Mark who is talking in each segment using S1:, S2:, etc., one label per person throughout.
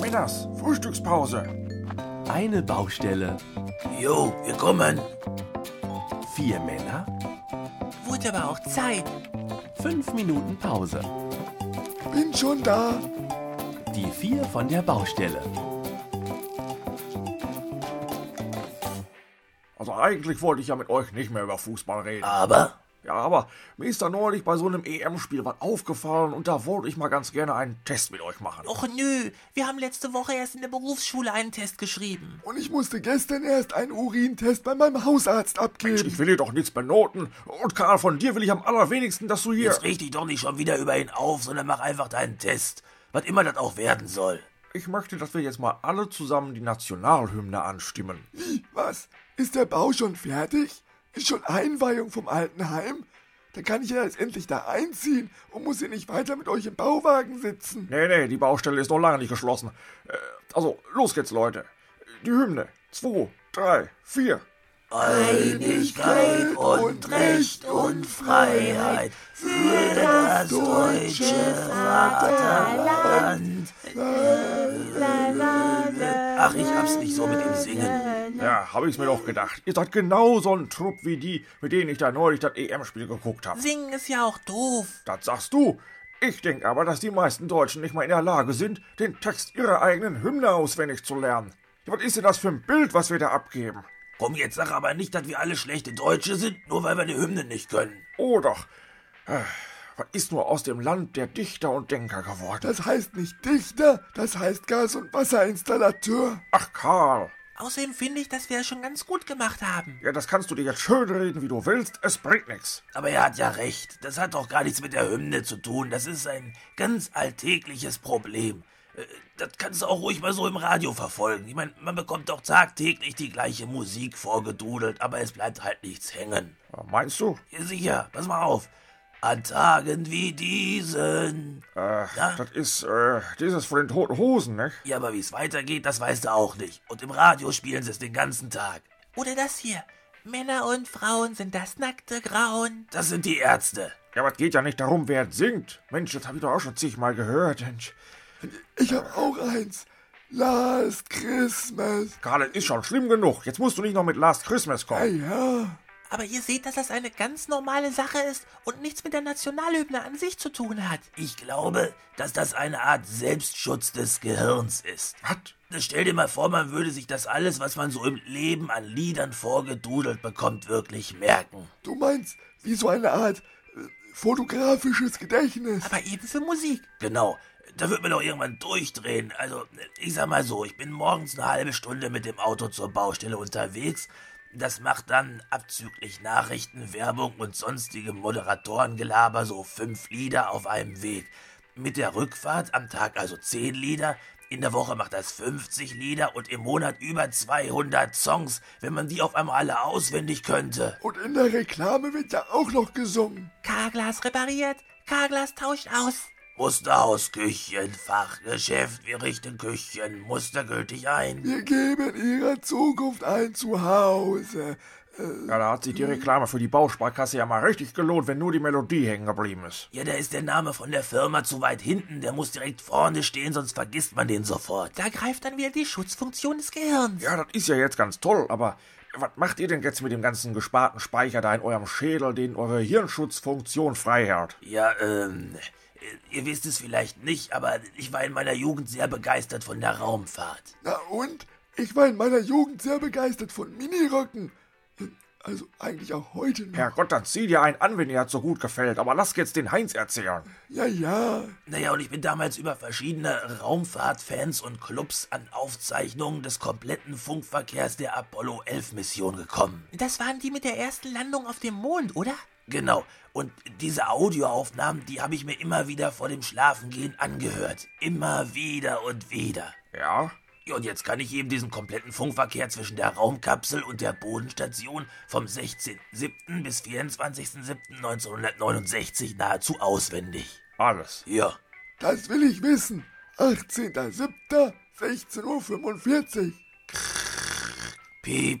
S1: Peters, Frühstückspause.
S2: Eine Baustelle.
S3: Jo, wir kommen.
S2: Vier Männer.
S4: Wurde aber auch Zeit.
S2: Fünf Minuten Pause.
S5: Bin schon da.
S2: Die vier von der Baustelle.
S1: Also eigentlich wollte ich ja mit euch nicht mehr über Fußball reden.
S3: Aber
S1: Ja, aber mir ist da neulich bei so einem EM-Spiel was aufgefallen und da wollte ich mal ganz gerne einen Test mit euch machen.
S4: Och nö, wir haben letzte Woche erst in der Berufsschule einen Test geschrieben.
S5: Und ich musste gestern erst einen Urintest bei meinem Hausarzt abgeben.
S1: Ich will dir doch nichts benoten. Und Karl, von dir will ich am allerwenigsten, dass du hier...
S3: jetzt reg dich doch nicht schon wieder über ihn auf, sondern mach einfach deinen Test. Was immer das auch werden soll.
S1: Ich möchte, dass wir jetzt mal alle zusammen die Nationalhymne anstimmen.
S5: Was? Ist der Bau schon fertig? Ist schon Einweihung vom Altenheim? Dann kann ich ja jetzt endlich da einziehen und muss hier nicht weiter mit euch im Bauwagen sitzen.
S1: Nee, nee, die Baustelle ist noch lange nicht geschlossen. Äh, also, los geht's, Leute. Die Hymne. Zwei, drei, vier.
S3: Einigkeit und Recht und Freiheit für das deutsche Vaterland. Ach, ich hab's nicht so mit dem Singen.
S1: Ja, hab ich's mir doch gedacht. Ihr seid genau so ein Trupp wie die, mit denen ich da neulich das EM-Spiel geguckt habe.
S4: Singen ist ja auch doof.
S1: Das sagst du. Ich denk aber, dass die meisten Deutschen nicht mal in der Lage sind, den Text ihrer eigenen Hymne auswendig zu lernen. Ja, Was ist denn das für ein Bild, was wir da abgeben?
S3: Komm, jetzt sag aber nicht, dass wir alle schlechte Deutsche sind, nur weil wir die Hymne nicht können.
S1: Oh doch. Äh, Was ist nur aus dem Land der Dichter und Denker geworden?
S5: Das heißt nicht Dichter, das heißt Gas- und Wasserinstallateur.
S1: Ach, Karl.
S4: Außerdem finde ich, dass wir das schon ganz gut gemacht haben.
S1: Ja, das kannst du dir jetzt schönreden, wie du willst. Es bringt nichts.
S3: Aber er hat ja recht. Das hat doch gar nichts mit der Hymne zu tun. Das ist ein ganz alltägliches Problem. Äh, Das kannst du auch ruhig mal so im Radio verfolgen. Ich meine, man bekommt doch tagtäglich die gleiche Musik vorgedudelt, aber es bleibt halt nichts hängen.
S1: Äh, Meinst du?
S3: Ja, sicher, pass mal auf. An Tagen wie diesen.
S1: Äh,
S3: Ja.
S1: das ist, äh, dieses von den toten Hosen, ne?
S3: Ja, aber wie es weitergeht, das weißt du auch nicht. Und im Radio spielen sie es den ganzen Tag.
S4: Oder das hier. Männer und Frauen sind das nackte Grauen.
S3: Das sind die Ärzte.
S1: Ja, aber es geht ja nicht darum, wer es singt. Mensch, das hab ich doch auch schon zigmal gehört, Mensch.
S5: Ich hab auch eins. Last Christmas.
S1: Karl, es ist schon schlimm genug. Jetzt musst du nicht noch mit Last Christmas kommen.
S5: Ah ja.
S4: Aber ihr seht, dass das eine ganz normale Sache ist und nichts mit der Nationalhymne an sich zu tun hat.
S3: Ich glaube, dass das eine Art Selbstschutz des Gehirns ist.
S1: Was?
S3: Stell dir mal vor, man würde sich das alles, was man so im Leben an Liedern vorgedudelt bekommt, wirklich merken.
S5: Du meinst, wie so eine Art äh, fotografisches Gedächtnis.
S4: Aber eben für Musik.
S3: Genau, da wird man doch irgendwann durchdrehen. Also, ich sag mal so, ich bin morgens eine halbe Stunde mit dem Auto zur Baustelle unterwegs. Das macht dann abzüglich Nachrichten, Werbung und sonstige Moderatorengelaber so fünf Lieder auf einem Weg. Mit der Rückfahrt am Tag also zehn Lieder, in der Woche macht das 50 Lieder und im Monat über 200 Songs, wenn man die auf einmal alle auswendig könnte.
S5: Und in der Reklame wird ja auch noch gesungen.
S4: K-Glas repariert, K-Glas tauscht aus.
S3: Musterhaus, Küchen, Fachgeschäft, wir richten Küchen mustergültig ein.
S5: Wir geben ihrer Zukunft ein Zuhause.
S1: Ja, da hat sich die Reklame für die Bausparkasse ja mal richtig gelohnt, wenn nur die Melodie hängen geblieben ist.
S3: Ja, da ist der Name von der Firma zu weit hinten. Der muss direkt vorne stehen, sonst vergisst man den sofort.
S4: Da greift dann wieder die Schutzfunktion des Gehirns.
S1: Ja, das ist ja jetzt ganz toll, aber was macht ihr denn jetzt mit dem ganzen gesparten Speicher da in eurem Schädel, den eure Hirnschutzfunktion freihält?
S3: Ja, ähm, ihr wisst es vielleicht nicht, aber ich war in meiner Jugend sehr begeistert von der Raumfahrt.
S5: Na und? Ich war in meiner Jugend sehr begeistert von Miniröcken. Also eigentlich auch heute noch.
S1: Herrgott, dann zieh dir einen an, wenn ihr das so gut gefällt, aber lasst jetzt den Heinz erzählen.
S5: Ja, ja.
S3: Naja, und ich bin damals über verschiedene Raumfahrtfans und Clubs an Aufzeichnungen des kompletten Funkverkehrs der Apollo 11 Mission gekommen.
S4: Das waren die mit der ersten Landung auf dem Mond, oder?
S3: Genau. Und diese Audioaufnahmen, die habe ich mir immer wieder vor dem Schlafengehen angehört. Immer wieder und wieder.
S1: Ja?
S3: Ja, und jetzt kann ich eben diesen kompletten Funkverkehr zwischen der Raumkapsel und der Bodenstation vom 16.07. bis 24.07.1969 nahezu auswendig.
S1: Alles.
S3: Ja,
S5: Das will ich wissen. 18.07. 16.45 Uhr.
S3: piep, piep,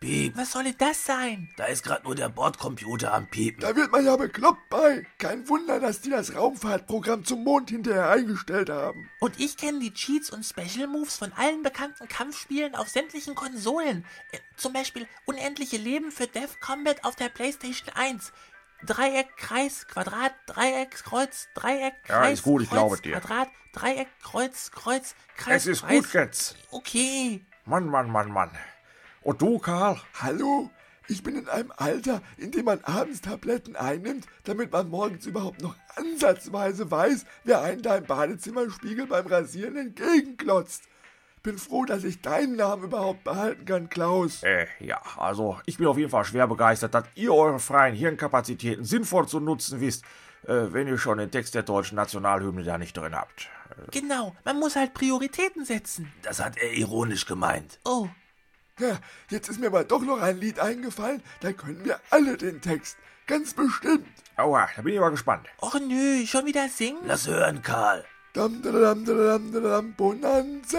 S3: Piep.
S4: Was soll denn das sein?
S3: Da ist gerade nur der Bordcomputer am Piepen.
S5: Da wird man ja bekloppt bei. Kein Wunder, dass die das Raumfahrtprogramm zum Mond hinterher eingestellt haben.
S4: Und ich kenne die Cheats und Special Moves von allen bekannten Kampfspielen auf sämtlichen Konsolen. Äh, zum Beispiel unendliche Leben für Death Combat auf der PlayStation 1. Dreieck, Kreis, Quadrat, Dreieck, Kreuz, Dreieck,
S1: Ja,
S4: Kreis,
S1: ist gut, ich
S4: Kreuz,
S1: glaube dir.
S4: Quadrat, Dreieck, Kreuz, Kreuz, Kreis,
S1: Es ist
S4: Kreis.
S1: gut jetzt.
S4: Okay.
S1: Mann, Mann, Mann, Mann. Und du, Karl?
S5: Hallo? Ich bin in einem Alter, in dem man abends Tabletten einnimmt, damit man morgens überhaupt noch ansatzweise weiß, wer einen da im Badezimmerspiegel beim Rasieren entgegenklotzt. Bin froh, dass ich deinen Namen überhaupt behalten kann, Klaus.
S1: Äh, ja, also ich bin auf jeden Fall schwer begeistert, dass ihr eure freien Hirnkapazitäten sinnvoll zu nutzen wisst, äh, wenn ihr schon den Text der deutschen Nationalhymne da nicht drin habt.
S4: Genau, man muss halt Prioritäten setzen.
S3: Das hat er ironisch gemeint.
S4: Oh,
S5: Ja, jetzt ist mir aber doch noch ein Lied eingefallen, da können wir alle den Text. Ganz bestimmt.
S1: Aua, da bin ich mal gespannt.
S4: och nö, schon wieder singen?
S3: Lass hören, Karl.
S5: Dam, dadadam, dadadam, dadadam, Bonanza.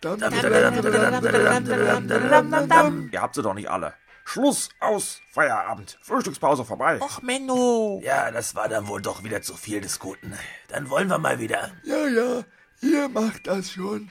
S5: Dam, dadadam, dadadam, dadadam, dadadam, dadadam, dadadam.
S1: Ihr habt sie doch nicht alle. Schluss aus Feierabend. Frühstückspause vorbei.
S4: Och Menno.
S3: Ja, das war dann wohl doch wieder zu viel des Guten. Dann wollen wir mal wieder.
S5: Ja, ja, ihr macht das schon.